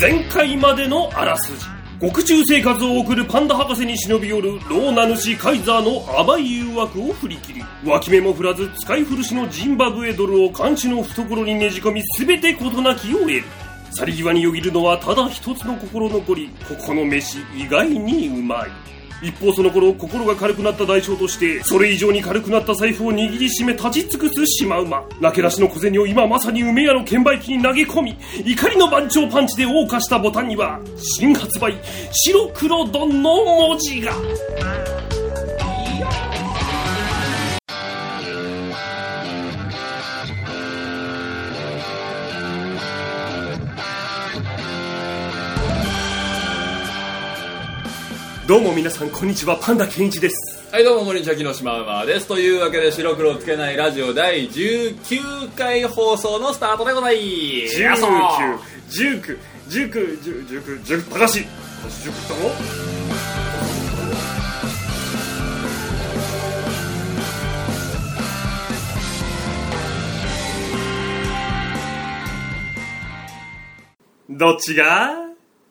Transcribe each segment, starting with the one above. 前回までのあらすじ獄中生活を送るパンダ博士に忍び寄る老名主カイザーの甘い誘惑を振り切り脇目も振らず使い古しのジンバブエドルを監視の懐にねじ込み全て事なきを得る去り際によぎるのはただ一つの心残りここの飯意外にうまい一方その頃心が軽くなった代償としてそれ以上に軽くなった財布を握りしめ立ち尽くすシマウマなけなしの小銭を今まさに梅屋の券売機に投げ込み怒りの番長パンチで謳歌したボタンには新発売白黒丼の文字がどうも皆さんこんにちはパンダケンイチですはいどうもこんにちは木下マウマですというわけで白黒つけないラジオ第19回放送のスタートでございます1919191919高橋19だろどっちが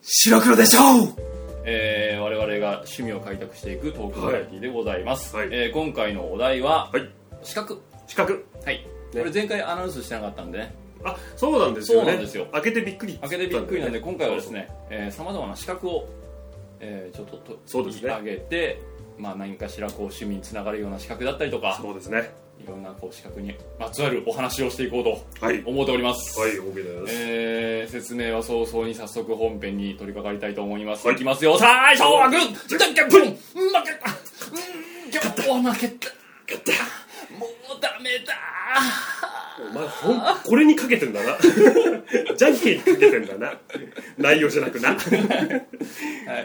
白黒でしょうえー、我々が趣味を開拓していくトークバラエティでございます、はいえー今回のお題ははい資格四角はいこれ前回アナウンスしてなかったんでねあそうなんですよねそうなんですよ開けてびっくり開けてびっくりなんで今回はですねさまざまな資格を、えーちょっととそうですね取り上げて、まあ、何かしらこう趣味につながるような資格だったりとかそうですねいろんなこう資格にまつわるお話をしていこうとはいはい思っております、 OK ですえー、説明は早々に早速本編に取り掛かりたいと思います。はいい、きますよ。最初はグーじゃんけんぽん負けたうん今日は負けたもうダメだお前ほんこれにかけてんだな じゃんけんにかけてんだな内容じゃなくなはい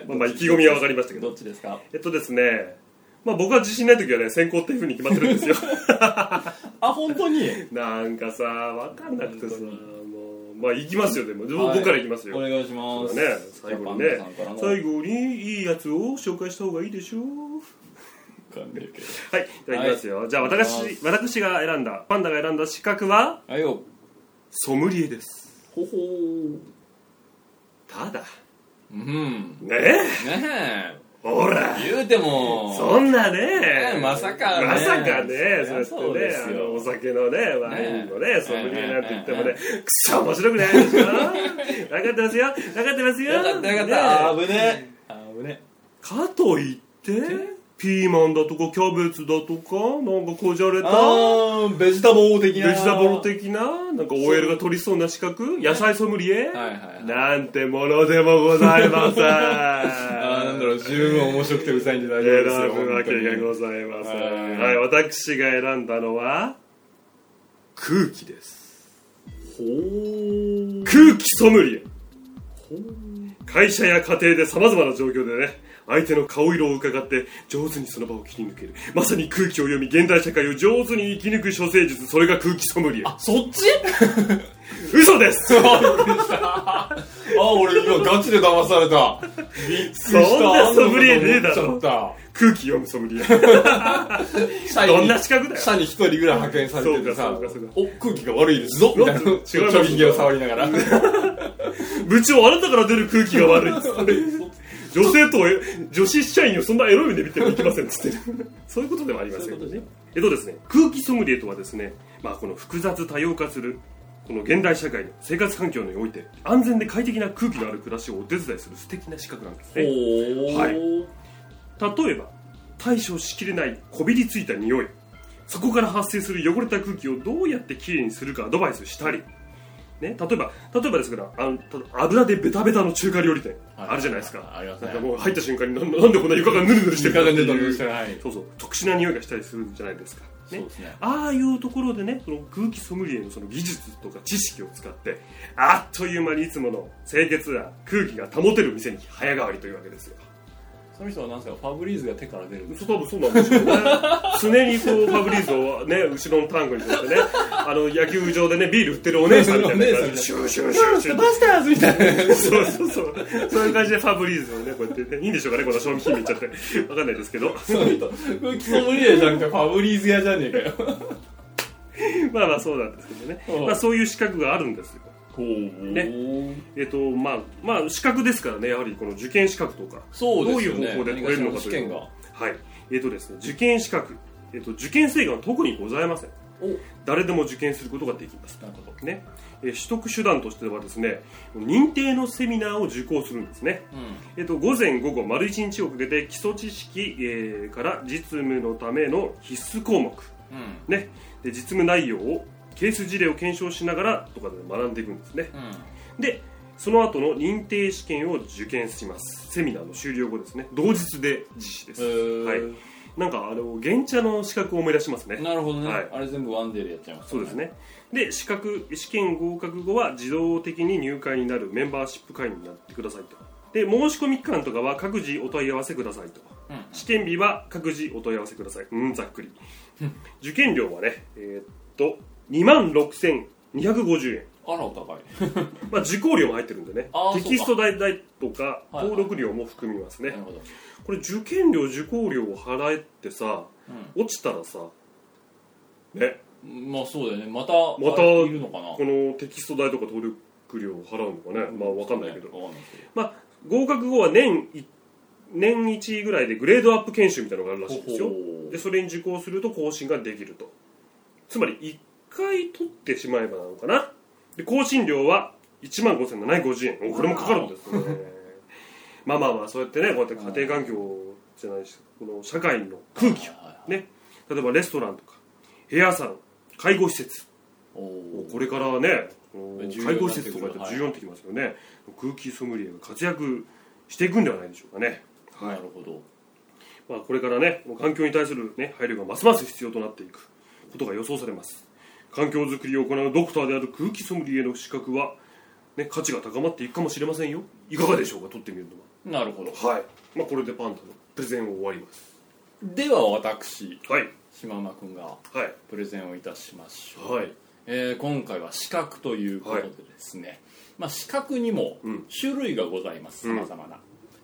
まあまあ意気込みは分かりましたけどどっちですかえっとですねまあ僕は自信ない時はね先行っていうふうに決まってるんですよ あ、本当になんかさ分かんなくてさもうまあ行きますよでも、はい僕から行きますおよ、願いします。ね最後にねじゃあパンダさんからの最後にいいやつを紹介した方がいいでしょう噛んでるけどはいじゃあ行きますよ、じゃあお願い私私が選んだパンダが選んだ資格ははいよ。ソムリエですほほー。ただうん。ねえねほらえ。言うても。そんなねねえまさかねまさかねそりそゃそううやってですねよあのお酒のねワインのねねソムリエなんて言ってもねえくそ面白くないでしょ分 かってますよ分かってますよよかったよかった。あねぶねあぶねかといってピーマンだとかキャベツだとかなんかこじゃれたあー、ベジタボー的な。ベジタボロ的ななんか OL が取りそうな資格野菜ソムリエ、はいはいはいなんてものでもございません あーなんだろう十分面白くてうざいんで大丈選夫ですよぶわけが本ございませんははいい私が選んだのは空気です当に空気ソムリエ会社や家庭で様々な状況でね相手の顔色を伺って上手にその場を切り抜けるまさに空気を読み現代社会を上手に生き抜く処世術それが空気ソムリエそっち嘘です あ俺今ガチで騙されたびっくりしたそんな素振りねえだろ思っちゃっ空気読むソムリエた社どん員な資格だよ社に一人ぐらい派遣されててさそうかそうかお空気が悪いですぞみたいな違ちいょますちょびひげを触りながら 部長あなたから出る空気が悪いっつ って女性と女子社員をそんなエロい目で見てはいけませんっつ ってそういうことではありませんそういうことですねえっとですね空気ソムリエとはですね、まあ、この複雑多様化するこの現代社会の生活環境において安全で快適な空気のある暮らしをお手伝いする素敵な資格なんですおねーはい例えば対処しきれないこびりついた匂いそこから発生する汚れた空気をどうやってきれいにするかアドバイスしたり、ね、例えば例えばですからあのた油でベタベタの中華料理店はいあるじゃないですかありますなねんかもう入った瞬間になんなんでこんな床がヌルヌルしてる床んだがって出いうたりしてないそうそう特殊な匂いがしたりするんじゃないですか、そうねですねああいうところでねその空気ソムリエのその技術とか知識を使ってあっという間にいつもの清潔な空気が保てる店に早変わりというわけですよその人は何ですかファブリーズが手から出るんですそう多分そうなんですよね常にこうファブリーズをね後ろのタンクに取ってねあの野球場でねビール売ってるお姉さんみたいな感じでシューシューシューシューバスターズみたいなそうそうそうそういう感じでファブリーズをねこうやってねいいんでしょうかねこの賞味期限言っちゃってわかんないですけ どその人空気ソムリエじゃんかファブリーズ屋じゃねえかよまあまあそうなんですけどねうんまあそういう資格があるんですよほうねえっとまあまあ資格ですからねやはりこの受験資格とかそうですよどうねいう方法で取れるのかという何のがしはいえっとですね受験資格、えっと、受験制限は特にございませんお誰でも受験することができますなるほどね、えー取得手段としてはですね認定のセミナーを受講するんですね、えっと午前午後丸1日をかけて基礎知識、えーから実務のための必須項目、うんね、で実務内容をケース事例を検証しながらとかで学んでいくんですねうんでその後の認定試験を受験しますセミナーの終了後ですね同日で実施です、へーはい、なんかあの現茶の資格を思い出しますねなるほどね、はいあれ全部ワンデーでやっちゃいますそうですね。で、資格、試験合格後は自動的に入会になるメンバーシップ会員になってくださいと。で、申し込み期間とかは各自お問い合わせくださいと。うん試験日は各自お問い合わせください。うん、ざっくり。受験料はね、えーっと、26,250円。あらお高いまあ、受講料も入ってるんでねあー。テキスト代代とか、はい登録料も含みますね。なるほど、これ、受験料、受講料を払えってさ、落ちたらさ、ね、うん、まあそうだよねまたまたあれいるのかなこのテキスト代とか登録料を払うのかね、まあ分かんないけど、わかんないけどまあ、合格後は年い年1ぐらいでグレードアップ研修みたいなのがあるらしいんですよほほでそれに受講すると更新ができるとつまり1回取ってしまえばなのかなで更新料は1万5750円おこれもかかるんですねまあまあまあそうやってねこうやって家庭環境じゃないしこの社会の空気をはいはいね例えばレストランとかヘアサロン介護施設おーこれからねこの重要介護施設とかって重要になってきますよね、空気ソムリエが活躍していくんではないでしょうかね、なるほどまあ、これからねこの環境に対する、ね、配慮がますます必要となっていくことが予想されます環境づくりを行うドクターである空気ソムリエの資格は、ね、価値が高まっていくかもしれませんよいかがでしょうか取ってみるのなるほどははい、まあ、これでパンダのプレゼンを終わりますでは私はい島間くんがはいプレゼンをいたしましょうはいえー今回は視覚ということでですね、まあ、視覚にもうん種類がございますうんさまざまな、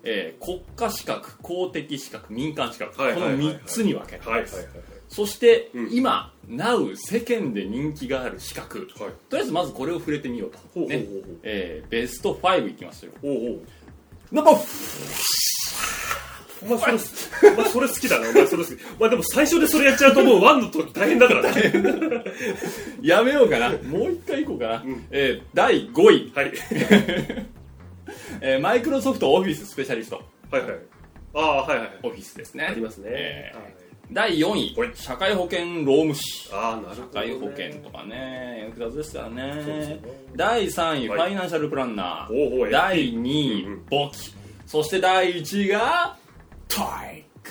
えー国家資格公的資格民間資格、はいはいはいはいこの3つに分けてはいはいはいます、そして、うん今 Now 世間で人気がある資格とはいりあえずまずこれを触れてみようとほうほうほうねえーベスト5いきますよほうほうナンバーお前それお前それ好きだなお前それ好きまあでも最初でそれやっちゃうともうワンの時大変だから ね やめようかなもう一回いこうかな、えー第5位、はいえーマイクロソフトオフィススペシャリストはいはいああはいはいオフィスですねありますね、えーはい第4位これ社会保険労務士ああなるほ社ど、ね、会保険とかね複雑ですからねそうですよね第3位、はいファイナンシャルプランナーおうおう第2位、うんうん簿記そして第1位が体育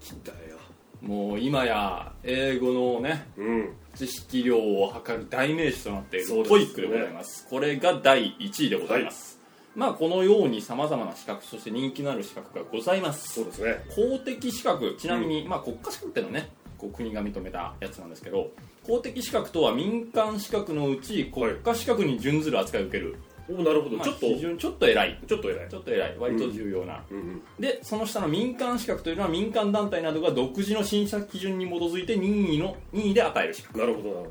きたよもう今や英語のねうん知識量を測る代名詞となっているそうですトねイックでございますこれが第1位でございます、まあこのようにさまざまな資格そして人気のある資格がございますそうですね公的資格ちなみに、まあ、国家資格ってのはねこう国が認めたやつなんですけど公的資格とは民間資格のうち国家資格に準ずる扱いを受ける、おなるほど、まあちょっ非と常にちょっと偉いちょっと偉いちょっと偉い割と重要な、うんうんでその下の民間資格というのは民間団体などが独自の審査基準に基づいて任意の任意で与える資格なるほどなるほど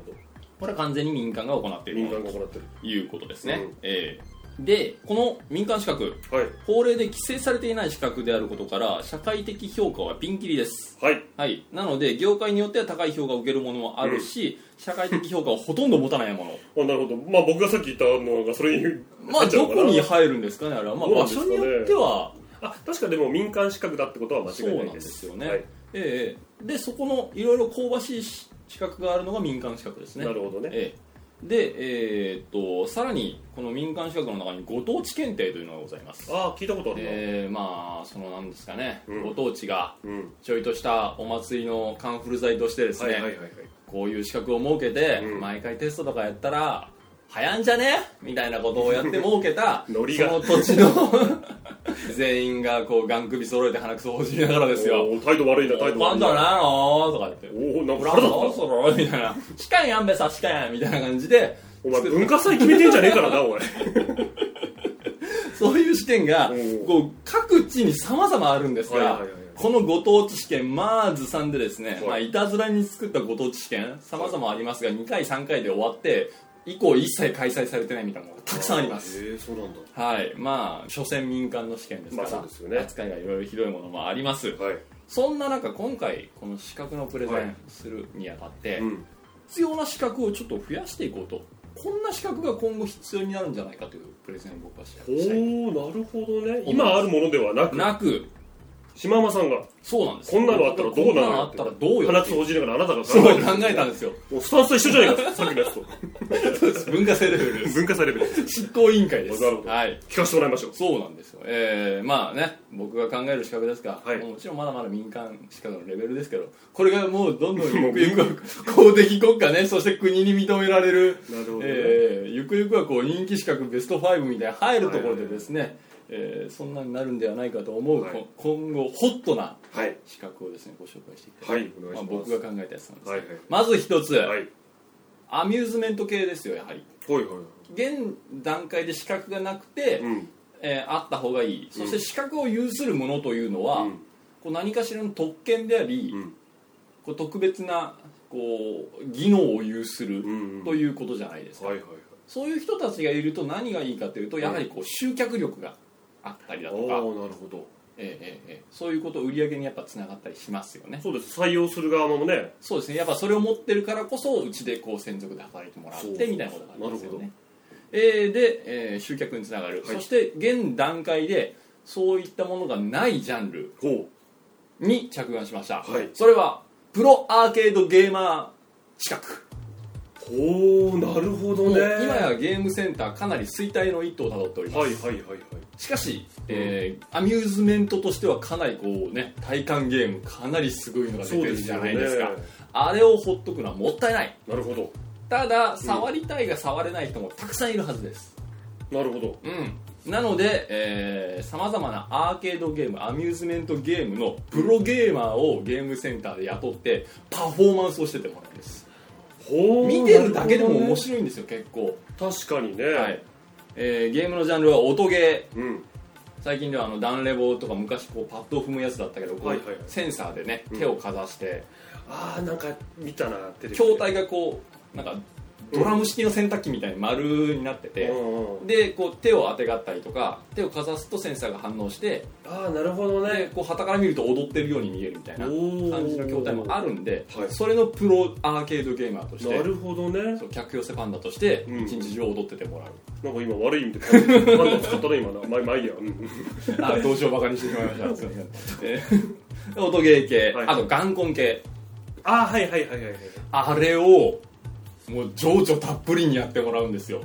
これは完全に民間が行っている民もの間が行ってるということですね、うんええでこの民間資格はい法令で規制されていない資格であることから社会的評価はピンキリですはいはい、なので業界によっては高い評価を受けるものもあるし、社会的評価をほとんど持たないも のあなるほどまあ僕がさっき言ったのがそれにまあ入っちゃ どうのかこなに入るんですかねあれは、まあ、どうなん場ですか所ねによってはあ確かでも民間資格だってことは間そう違いなないんでですすよね、はいええでそこのいろいろ香ばしい資格があるのが民間資格ですねなるほどねええで、えーっとさらにこの民間資格の中にご当地検定というのがございますああ聞いたことあるな、ええまあそのなんですかね、うんご当地がうんちょいとしたお祭りのカンフル剤としてですね、はいはいこういう資格を設けて、うん毎回テストとかやったら早いんじゃねみたいなことをやって設けたノリがその土地の全員がこう眼首揃えて鼻くそほじりながらですよおー態度悪い「な態度パ悪ンいダなの?」とか言って「おおなんブかラ腹立ボーったそろ」みたいな「しかんやんべさしかやん」みたいな感じでお前文化祭決めてんじゃねえからなおいそういう試験がおーこう各地に様々あるんですが、はいはいはいはいこのご当地試験まあずさんでですね、はいいまあ、いたずらに作ったご当地試験様々ありますが2回3回で終わって以降一切開催されてないみたいなの がたくさんありますえー、そうなんだはいまあ所詮民間の試験ですから、まあそうですよね扱いがいろいろひどいものもありますはい、そんな中今回この資格のプレゼはいンするにあたって、うん、必要な資格をちょっと増やしていこうとこんな資格が今後必要になるんじゃないかというプレゼンを僕はしおましたいおなるほどね今あるものではなくなく島山さんがそうなんですこんなのあったらどうなるこんなのあったらどうよ鼻っつていうほじりながらあなたがすごい考えたんですよもうスタンスと一緒じゃない かさっきのやつと文化祭レベルです 文化祭レベル執行委員会ですなるほどはい聞かせてもらいましょうそうなんですよえー、まあね僕が考える資格ですが、はいもちろんまだまだ民間資格のレベルですけどこれがもうどんどんゆくゆくは公的国家ねそして国に認められるなるほどねえーゆくゆくはこう人気資格ベスト5みたいに入るところでですね、えーそんなになるんではないかと思う、はいこ今後ホットなはい資格をですねご紹介していきたい、はいお願いまあ、します僕が考えたやつなんです、はいはいまず一つ、はいはいアミューズメント系ですよやはりはい現段階で資格がなくて、うんえーあった方がいいそして資格を有するものというのは、うんこう何かしらの特権であり、うんこう特別なこう技能を有するうんということじゃないですか、はいはいそういう人たちがいると何がいいかというとやはりこう集客力があったりだああとーか、なるほどええええええそういうことを売り上げにやっぱつながったりしますよねそうです採用する側もねそうですねやっぱそれを持ってるからこそうちでこう専属で働いてもらっそうてみたいなことがありまなするよほどね、えーで、えー集客につながる、はいそして現段階でそういったものがないジャンルこに着眼しました、はいそれはプロアーケードゲーマー資格うおおなるほどもうね今やゲームセンターかなり衰退の一途をたどっております、はいはいはいはいしかし、えーアミューズメントとしてはかなりこうね体感ゲームかなりすごいのが出てるじゃないですかそうですあれをほっとくのはもったいないなるほどただ触りたいが触れない人もたくさんいるはずですなるほどうんなのでさまざまなアーケードゲームアミューズメントゲームのプロゲーマーをゲームセンターで雇ってパフォーマンスをしててもらうんですほー見てるだけでも面な白いんですよ結構、るほどね確かにねはいえーゲームのジャンルは音ゲーうん最近ではあのダンレボとか昔こうパッドを踏むやつだったけど、こうはいはいはいセンサーでねうん手をかざして、ああなんか見たなテレビ筐体がこうなんかドラム式の洗濯機みたいに丸になってでうて、んうんでこう手をあてがったりとか手をかざすとセンサーが反応してああなるほどでねこう旗から見ると踊ってるように見えるみたいなおー感じの筐体もあるんで、はいそれのプロアーケードゲーマーとしてなるほどねなんかそう客寄せパンダとしてうん一日中踊っててもらう、今悪い意味でパンダパンダ使ったね今な まあまあいいやうんあどうしようバカにしてしまいま したすいませんえー 音ゲー系、はいあと眼根系ああはいはいはいはいはいあれをもう情緒たっぷりにやってもらうんですよ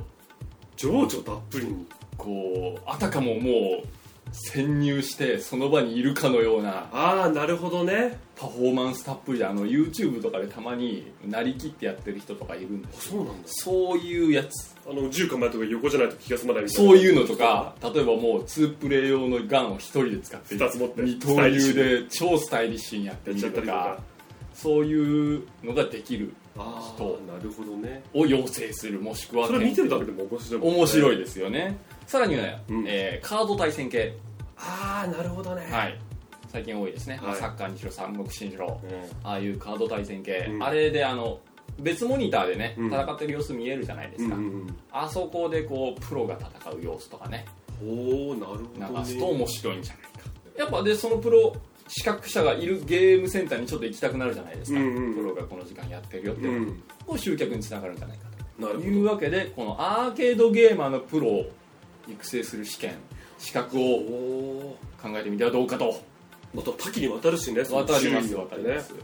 情緒たっぷりにこうあたかももう潜入してその場にいるかのようなああなるほどねパフォーマンスたっぷりであの YouTube とかでたまになりきってやってる人とかいるんであすそうなんだそういうやつあの銃構えとか横じゃないと気が済まないみたいなそういうのとか例えばもう2プレイ用のガンを1人で使って二つ持って二刀流で超スタイリッシュにやってやっみちゃるったとりとかかそういうのができるあ人あなるほどねを養成するもしくはそれ見てるだけでも面白いもんね面白いいですよねさらにはね、うんえーカード対戦系、ああなるほどねはい、最近多いですね、まあはいサッカーにしろ三国志にしろうんああいうカード対戦系、うんあれであの別モニターでねうん戦ってる様子見えるじゃないでうすんか、うんあそこでこうプロが戦う様子とかねおおなるほどね流すと面白いんじゃないかやっぱでそのプロ資格者がいるゲームセンターにちょっと行きたくなるじゃないですか、うんうんプロがこの時間やってるよっていううのがんこう集客につながるんじゃないかなるとほいうどわけでこのアーケードゲーマーのプロを育成する試験資格をおお考えてみてはどうかとまた多岐にわたるしねその渡種りま類にすよっ渡てりねます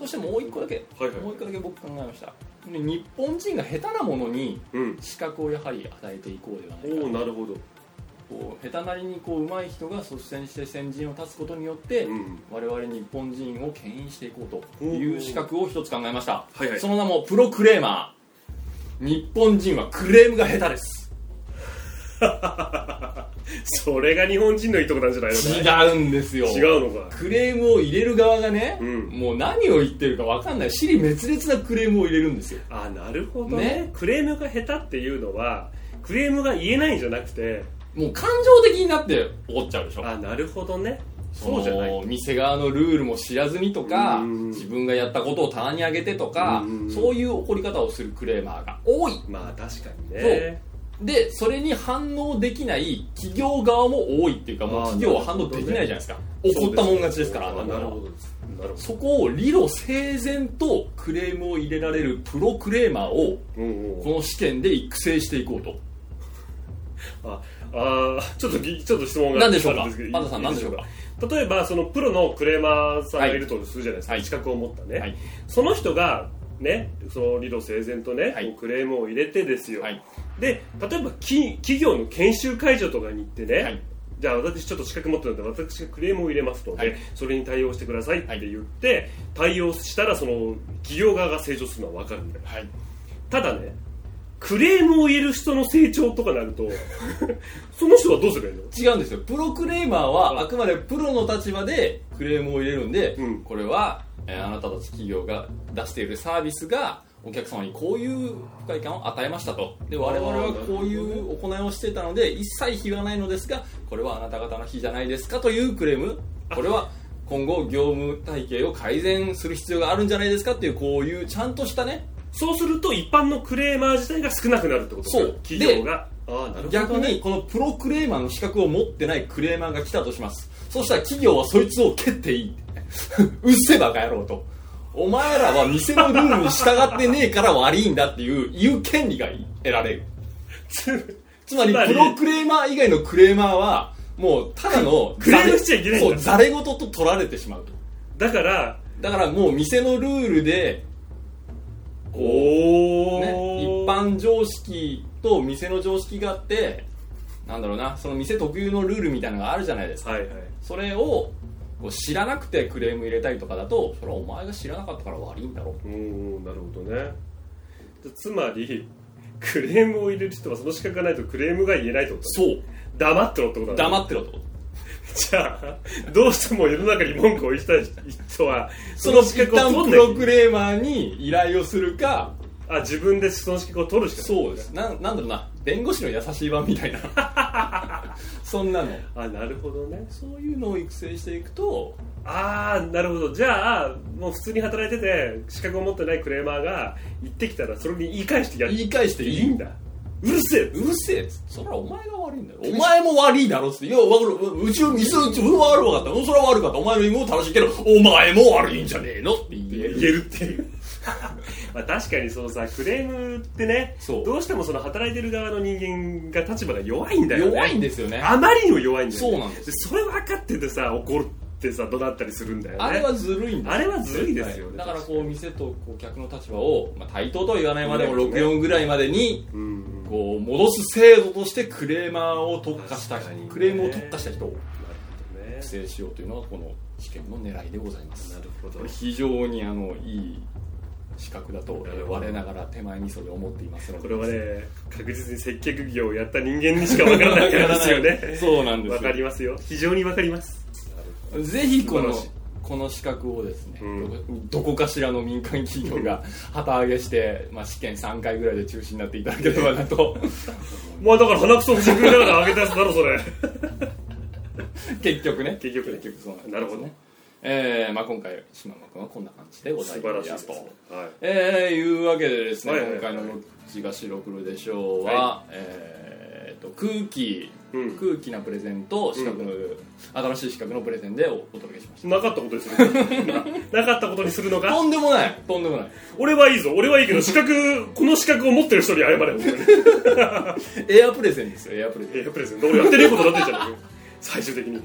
そしてもう一個だけ、はいはいもう一個だけ僕考えましたで日本人が下手なものにうん資格をやはり与えていこうではないおかおなるほどこう下手なりにこう上手い人が率先して先陣を立つことによって、うん我々日本人を牽引していこうとおいうー資格を一つ考えました、はいはいその名もプロクレーマー日本人はクレームが下手ですそれが日本人のいいとこなんじゃないのか違うんですよ違うのかクレームを入れる側がね、うんもう何を言ってるか分かんない尻滅裂なクレームを入れるんですよあなるほどねねクレームが下手っていうのはクレームが言えないんじゃなくてもう感情的になって怒っちゃうでしょあなるほどねそうじゃないその店側のルールも知らずにとかうん自分がやったことを棚に上げてとかうんそういう怒り方をするクレーマーが多いまあ確かにね。でそれに反応できない企業側も多いっていうかもうあー企業は反応できないじゃないですか怒ったもん勝ちですからあんななるのほはどです。なるほそこを理路整然とクレームを入れられるプロクレーマーをど。うんうこん。の試験で育成していこうとあ、あーちょっとぎ、ちょっと質問が。何でしょうあかるんすけどパンダさん何でしょうか。例えば、そのプロのクレーマーさんがいるとするじゃないですか。はい資格を持ったね。はいその人が、ね、その理路整然とね、はいこうクレームを入れてですよ。はいで、例えばき企業の研修会場とかに行ってね、はいじゃあ私ちょっと資格持ってるので私がクレームを入れますので、はいそれに対応してくださいって言って、対応したらその企業側が成長するのは分かるんだよはいただねクレームを入れる人の成長とかなる とその人はどうすればいいの違うんですよプロクレーマーはあくまでプロの立場でクレームを入れるんで、うんこれは、えーあなたたち企業が出しているサービスがお客様にこういう不快感を与えましたとで我々はこういう行いをしていたので一切非はないのですがこれはあなた方の非じゃないですかというクレームこれは今後業務体系を改善する必要があるんじゃないですかっていうこういうちゃんとしたねそうすると一般のクレーマー自体が少なくなるってことかそう企業があーなるほどね逆にこのプロクレーマーの資格を持ってないクレーマーが来たとしますそしたら企業はそいつを蹴っていいうっせバカ野郎とお前らは店のルールに従ってねえから悪いんだっていう言う権利が得られるつつまりつまりプロクレーマー以外のクレーマーはもうただのクレームしちゃいけないんだそうざれ事と取られてしまうと だからだからもう店のルールでおお、ね、一般常識と店の常識があってなんだろうなその店特有のルールみたいなのがあるじゃないですかはいはいそれをこう知らなくてクレーム入れたりとかだとそれはお前が知らなかったから悪いんだろうーんなるほどねじゃつまり クレームを入れる人はその資格がないとクレームが言えないってことそう黙ってろってことだ、ね、黙ってろとじゃあどうしても世の中に文句を言いたい人はそそのの一資格を旦取プロるんだクレーマーに依頼をするかあ自分でその資格を取るしかないそうですなんなんだろうな弁護士の優しい版みたいなそんな のあなるほどねそういうのを育成していくとああなるほどじゃあもう普通に働いてて資格を持ってないクレーマーが行ってきたらそれに言い返してやる言い返していいいいんだうるせえうるせえっつってそれはお前が悪いんだよお前も悪いだろっつっていやわかるううちの店の自分は悪かったうんそれは悪かったお前の言うも正しいけどお前も悪いんじゃねえのって言え言えるるっていう まあ確かにそうさクレームってねそうどうしてもその働いてる側の人間が立場が弱いんだよね弱いんですよねあまりにも弱いんだよ、ね、そうなんですそれ分かっててさ怒ってさ怒鳴ったりするんだよねあれはずるいんですよあれはずるいですよねだからこう店とこう客の立場を、まあ、対等とは言わないまでも64ぐらいまでにうんこう戻す制度としてクレーマーを特化した確かにねクレームを特化した人をなる育成しようというのがこの試験の狙いでございますほどこねれ非常にあのいい資格だとえー我ながら手前味噌で思っていますのこでれは ね確実に接客業をやった人間にしか分からないからですよねそうなんで分すかりよますよ非常に分かりますぜひこ素の晴らしいこの資格をですね、うどこかしらの民間企業が旗揚げして、まあ、試験3回ぐらいで中止になっていただければなとまあだから鼻くそをしてくれながらあげたやつだろそれ結局ね結局ね結局そうなんですねなるほどえーまあ、今回島間君はこんな感じでござ素い晴まらしすいです、ねはいえー、いうわけでですね、はいはいはい今回の「ロッチが白黒でしょうは」えーと空気、うん空気なプレゼンと資格の、新しい資格のプレゼンでおお届けしましなかったことにするななかったことにするのたかとんでもないとんでもない俺はいいぞ俺はいいけど資格この資格を持ってる人に謝れ本当にエアプレゼンですよエアプレゼえプレゼント俺やってねえことになってんじゃねえよ最終的にン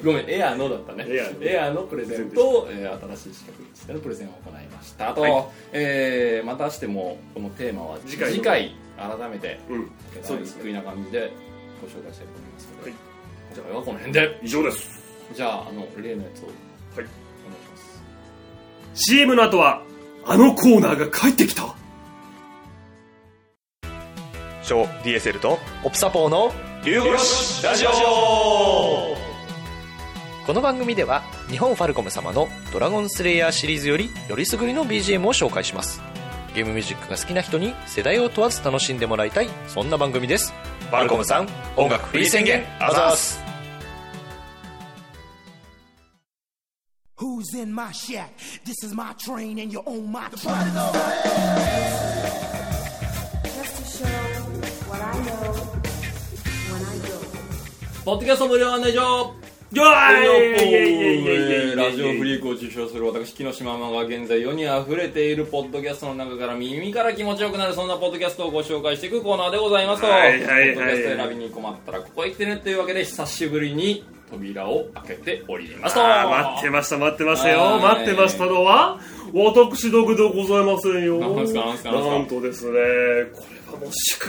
ごめんエアのだったねエアののプレゼンと、えー新しい資格についてのプレゼンを行いましたあと、はいえーまたしてもこのテーマは次回の改めてうんそそうういでうす得意な感じでご紹介したいと思いますので、はい今回はこの辺で以上ですじゃああの例のやつをはいお願いします CM の後はあのコーナーが帰ってきた小 DSL とオプサポーのユーゴシラジオこの番組では日本ファルコム様の「ドラゴンスレイヤー」シリーズよりよりすぐりの BGM を紹介しますゲームミュージックが好きな人に世代を問わず楽しんでもらいたいそんな番組ですファルコムさん音楽フリー宣言あざーす in my shack. This is my train, and you're on my track. Just to show what I know when I go. ポッドキャスト無料案内所よーいラジオフリークを受賞する私木下ママが現在世にあふれているポッドキャストの中から耳から気持ちよくなるそんなポッドキャストをご紹介していくコーナーでございますと、はいはいはいポッドキャスト選びに困ったらここへ来てねというわけで久しぶりに扉を開けておりますとあー待ってました待ってましたよはい待ってましたのは私だけではございませんよなんすかなんすかなんすかなんとですねこれはもう祝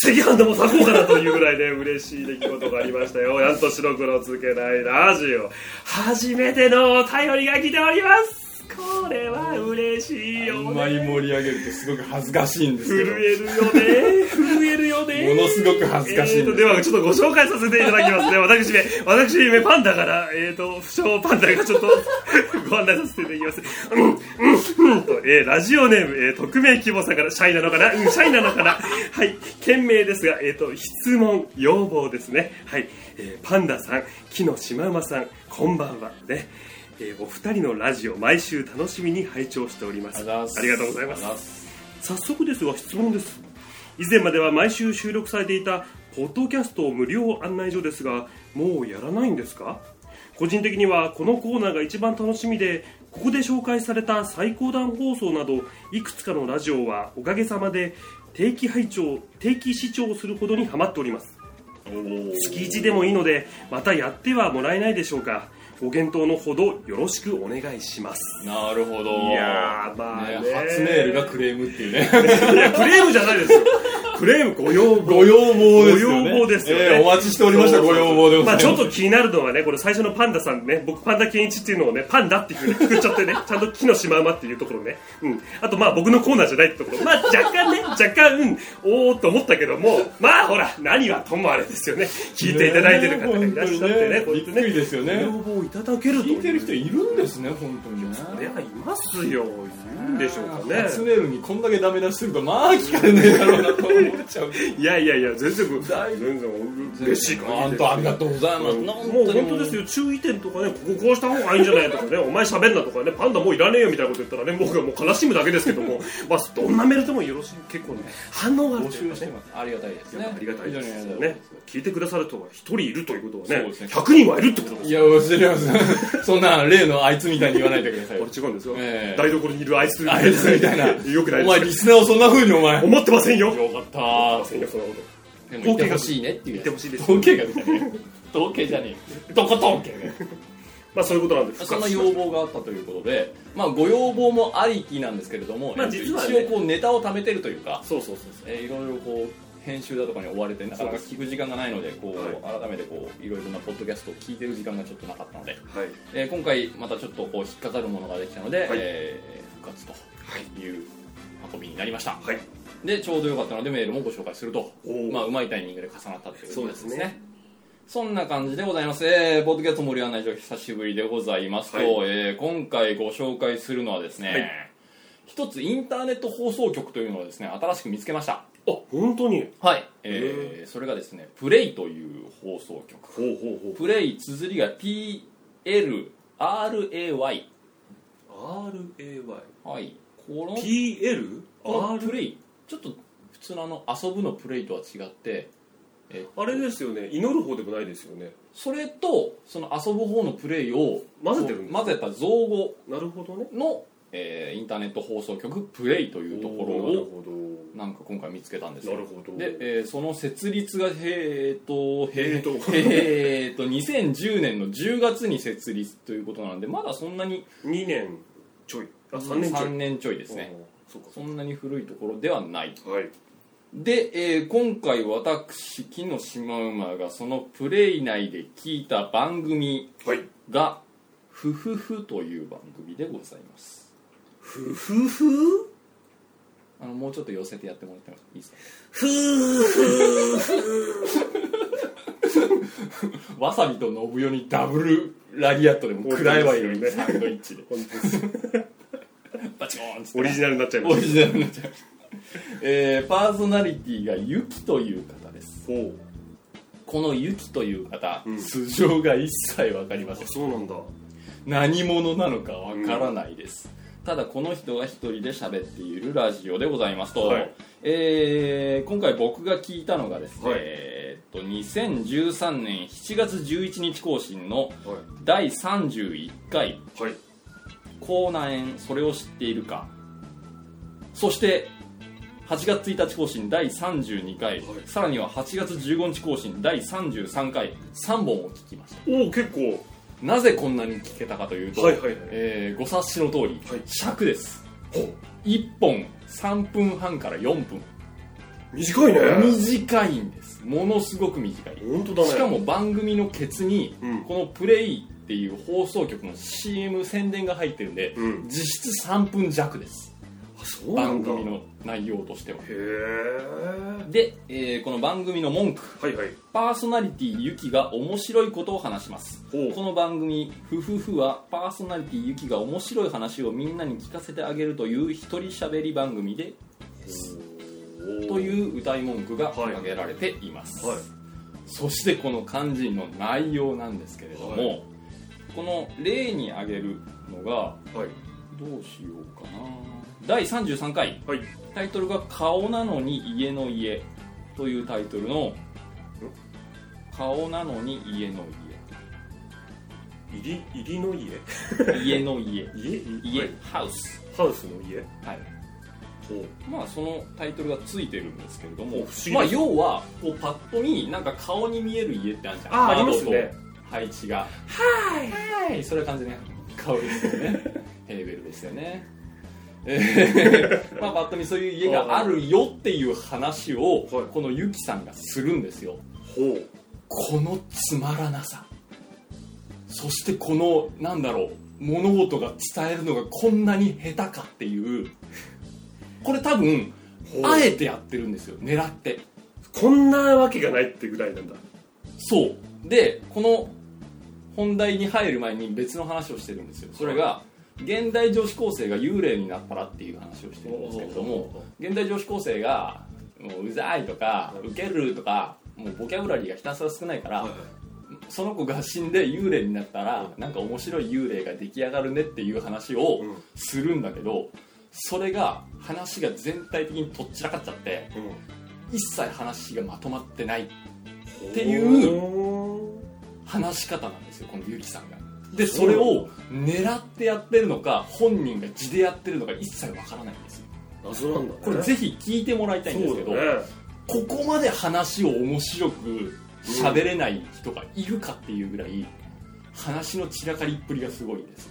赤飯でも咲こうかなというぐらいね 嬉しい出来事がありましたよやんと白黒つけないラジオ初めてのお便りが来ておりますこれは嬉しいあよ、んね、まり盛り上げるとすごく恥ずかしいんです震えけるどよね震えるよねものすごく恥ずかしいえんーとでですはちょっとご紹介させていただきますね私め私めパンダからえっ、ー、と不詳パンダがちょっと ご案内させていただきますうんうんうんと、えーラジオネーム、えー匿名希望さんからシャイなのかなうんシャイなのかなはい件名ですがえっ、と質問要望ですねはい、えーパンダさん木のシマウマさんこんばんはねえーお二人のラジオ毎週楽しみに拝聴しておりますありがとうございます早速ですが質問です以前までは毎週収録されていたポッドキャスト無料案内所ですがもうやらないんですか個人的にはこのコーナーが一番楽しみでここで紹介された最高段放送などいくつかのラジオはおかげさまで定期拝聴定期視聴するほどにハマっております月1でもいいのでまたやってはもらえないでしょうかご検討のほどよろしくお願いしますなるほどいやーまあね初メールがクレームっていうねいやクレームじゃないですよクレームご要望ご要望ですよねご要望ですよねええお待ちしておりましたご要望でございますまあ、ちょっと気になるのはねこれ最初のパンダさんね僕パンダケンイチっていうのをねパンダっていうふうにくくっちゃっ てねちゃんと木のシマウマっていうところね、うん、あとまあ僕のコーナーじゃないってところまあ若干ね若干、うん、おーっと思ったけどもまあほら何はともあれですよね聞いていただいてる方がいらっしゃってねねこうやびっってくりねですよねご要望いただけると聞いてる人いるんですね本当にねそりゃいますよいるんでしょうかね初メールにこんだけダメ出しするとまあ聞かれねえだろうなと思っちゃういやいやいや全然全だい然嬉しい限り本です当ありがとうございますもう本当ですよ注意点とかねこここうした方がいいんじゃない とかねお前喋んなとかねパンダもういらねえよみたいなこと言ったらね僕はもう悲しむだけですけど もまあどんなメールでもよろしい結構ね反応がある募という集かしてねますありがたいですねありがたいです非常にありよがたねいです聞いてくださる人が一人いるということはねそうですね100人はいるってことですいよや忘れます そんな例のあいつみたいに言わないでくださいこれ違うんですよ、ええ台所にいる あいつみあいつみたい なよくないおで前すリスナーをそんな風にお前か思ってませんよよかっせんよそんなことたでも言ってほしいねってい言うってほしいです統計が出たね統計じゃねえどこ統計ね まあそういうことなんでそんな要望があったということで、まあ、ご要望もありきなんですけれども、まあえっと実はね一応こうネタを貯めてるというか、そうそうそうそうえーいろいろこう編集だとかに追われてなかなか聞く時間がないのでこう、改めてこういろいろなポッドキャストを聞いてる時間がちょっとなかったので、はいえー今回またちょっとこう引っかかるものができたので、はいえー復活という運びになりました、はいでちょうどよかったのでメールもご紹介するとおーまあうまいタイミングで重なったということですそうですねねそんな感じでございます、えー、ポッドキャスト盛り案内所久しぶりでございますと、はいえー今回ご紹介するのはですね、はい一つインターネット放送局というのをですね新しく見つけましたあ本当にはい、えーそれがですねプレイという放送局ほうほうプレイ綴りが PLRAY ほう RAY はいこの PL? この R プレイちょっと普通のあの遊ぶのプレイとは違ってえあれですよね祈る方でもないですよねそれとその遊ぶ方のプレイを混ぜてるんです混ぜた造語なるほどねの、えーインターネット放送局プレイというところなるをほなんか今回見つけたんですどよなるほどで、えーその設立がへー えーとへへーとえーと2010年の10月に設立ということなんでまだそんなに2年ちょいあ3年ちょい3年ちょいですねおーそうかそんなに古いところではないそうかはいで、えー今回私木のシマウマがそのプレイ内で聞いた番組はいが「ふふふ」という番組でございますふふふあのもうちょっと寄せてやってもらってもいいですかふふわさびと信代にダブルラリアットでも食らえばいいのにサンドイッチでバチコーンっつってオリジナルになっちゃいまオしリジナルになっちゃう、えーパーソナリティがユキという方ですたおうこのユキという方、ん素性が一切わかりませんあそうなんだ何者なのかわからないです、ただこの人が一人で喋っているラジオでございますと、はいえー今回僕が聞いたのがですね、はいえーっと2013年7月11日更新のはい第31回はい「口内炎それを知っているか」そして8月1日更新第32回、さらには8月15日更新第33回3本を聞きましたおお結構なぜこんなに聞けたかというと、はいはいはいえーご察しの通り、はい尺ですほう1本3分半から4分短いね短いんですものすごく短い本当だねしかも番組のケツに、うんこのプレイっていう放送局の CM 宣伝が入ってるんで、うん実質3分弱ですあそうなん番だ組への内容としてはえで、えーこの番組の文句はいはいパーソナリティゆきが面白いことを話しますほうこの番組「ふふふ」はパーソナリティゆきが面白い話をみんなに聞かせてあげるという一人喋り番組でとういう歌い文句が挙げられています、はいそしてこの肝心の内容なんですけれども、はいこの例に挙げるのがはいどうしようかな第33回はいタイトルが「顔なのに家の家」というタイトルの「顔なのに家の入り入りの家家」家の家家家、はいハウスハウスの家はいほうまあそのタイトルがついてるんですけれどお不も思議ですまあ要はこうパッと見なんか顔に見える家ってあるじゃんあーあり窓まとすね配置がはいはいそれは感じね顔ですよ ねヘーベルですよねえーまあパッと見そういう家があるよっていう話をはいこのユキさんがするんですよほうこのつまらなさそしてこのなんだろう物事が伝えるのがこんなに下手かっていうこれ多分ほうあえてやってるんですよ狙ってこんなわけがないってぐらいなんだそうでこの本題に入る前に別の話をしてるんですよそれが現代女子高生が幽霊になったらっていう話をしてるんですけれども現代女子高生がもううざいとかウケるとかもうボキャブラリーがひたすら少ないから、その子が死んで幽霊になったら、なんか面白い幽霊が出来上がるねっていう話をうんするんだけど、それが話が全体的にとっちらかっちゃってうん一切話がまとまってないっていうう話し方なんですよこのゆきさんがでそれを狙ってやってるのか本人が地でやってるのか一切わからないんですよ謎なんだねこれぜひ聞いてもらいたいんですけど、そうだねここまで話を面白く喋れない人がいるかっていうぐらい話の散らかりっぷりがすごいんです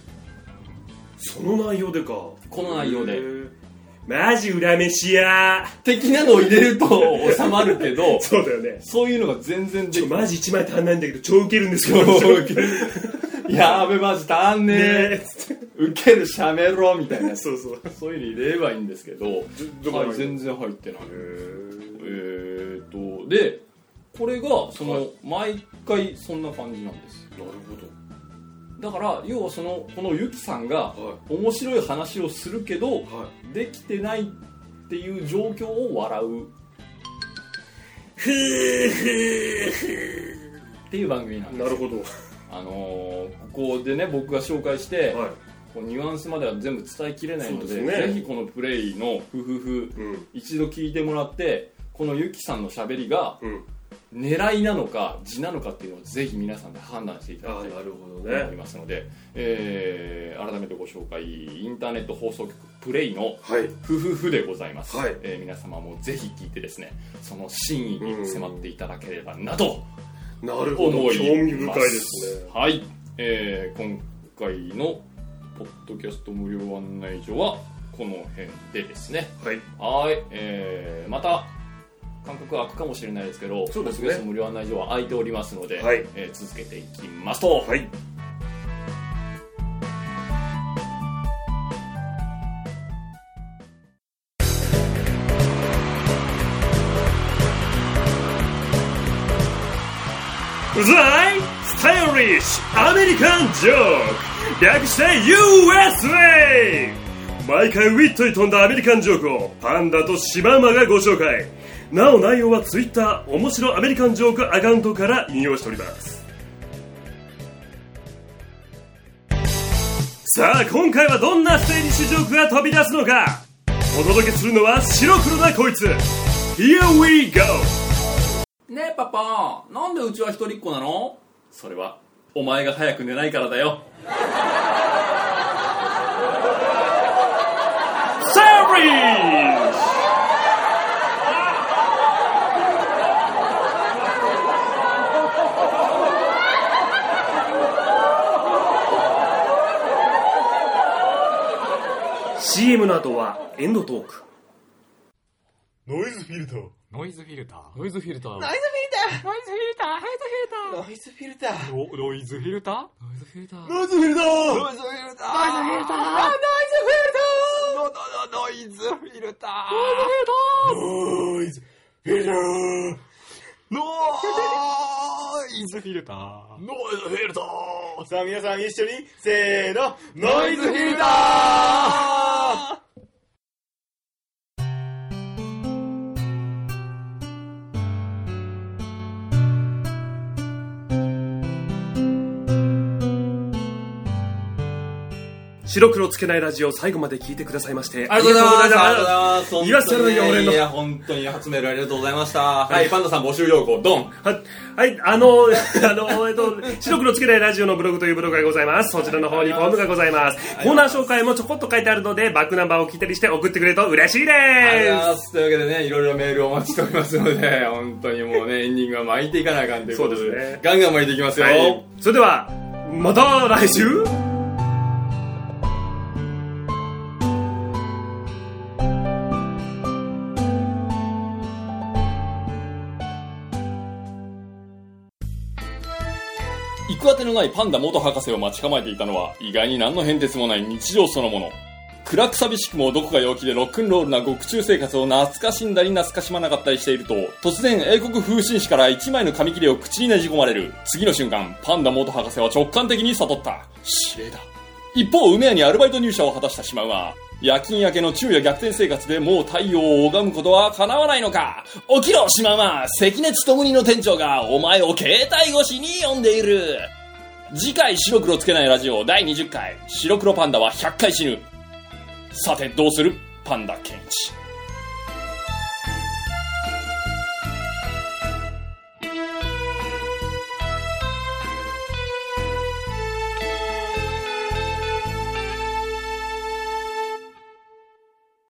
その内容でかこの内容へでーマジ裏飯や的なのを入れると収まるけ どそうだよねそういうのが全然ちでょきマジ一枚足んないんだけど 超ウケるんですよ やーべマジ足んねえ、ねウケるしゃべろみたいなそうそうそういうの入れればいいんですけどどこはにい全然入ってないへーえー、とでこれがその、毎回そんな感じなんですなるだから要はそのこのゆきさんがほどは面白い話をするけどいはいできてないっていう状況を笑うふーふーふっていう番組なんーでなするよほどあのーここでね僕が紹介して、はこうニュアンスまでは全部伝えきれないのでそうですねぜひこのプレイの「ふふふいうん」一度聞いてもらってこのゆきさんのしゃべりがうん狙いなのか字なのかっていうのをぜひ皆さんで判断していただあきあたいなるほどと思いねますので、えー改めてご紹介インターネット放送局プレイのはい「ふふふ」でございます、はいえー皆様もぜひ聞いてですねその真意に迫っていただければなとなるほど思います興味深いですねはい、えー今回のポッドキャスト無料案内所はこの辺でですねはいはい、えーまた感覚は空くかもしれないですけどそうですねポッドキャスト無料案内所は空いておりますので、はいえー続けていきますと、はいうざいスタイリッシュアメリカンジョーク略して USA 毎回ウィットに富んだアメリカンジョークをパンダとシマウマがご紹介なお内容は Twitter 面白アメリカンジョークアカウントから引用しておりますさあ今回はどんなステージ主ジョークが飛び出すのかお届けするのは白黒なこいつ Here we go ねえパパなんでうちは一人っ子なのそれはお前が早く寝ないからだよ s e r ー CM の後はエンドトークノイズフィルター。ノイズフィルター。ノイズフィルター。ノイズフィルターノイズフィルター。ノイズフィルター。ノイズフィルターノノイズフィルターノイズフィルターノイズフィルターノイズフィルターノイズフィルターあノノイズフィルターノイズフィルターノイズフィルターノイズフィルターさあ皆さん一緒に、せーの、ノイズフィルター白黒つけないラジオ最後まで聞いてくださいましてありがとうございます。あありりがとうございま言わせるだけがとうございます。俺のいや、本当に初メールありがとうございました。はい、パンダさん募集要項、ドン。ははい、あの、 あの、えっと、白黒つけないラジオのブログというブログがございます。そちらの方にフォームがございます。コーナー紹介もちょこっと書いてあるので、バックナンバーを聞いたりして送ってくれると嬉しいでありがとうございす。ます。というわけでね、いろいろメールをお待ちしておりますので、本当にもうね、エンディングは巻いていかなあかんということで、そうですねガンガン巻いていきますよ。はい、それでは、また来週行く当てのないパンダ元博士を待ち構えていたのは、意外に何の変哲もない日常そのもの。暗く寂しくもどこか陽気でロックンロールな獄中生活を懐かしんだり懐かしまなかったりしていると、突然英国風神師から一枚の紙切れを口にねじ込まれる。次の瞬間、パンダ元博士は直感的に悟った。指令だ。一方、梅屋にアルバイト入社を果たした島は、夜勤明けの昼夜逆転生活でもう太陽を拝むことは叶わないのか起きろ、島は関根勤の店長がお前を携帯越しに呼んでいる次回白黒つけないラジオ第20回白黒パンダは100回死ぬさてどうするパンダケンチ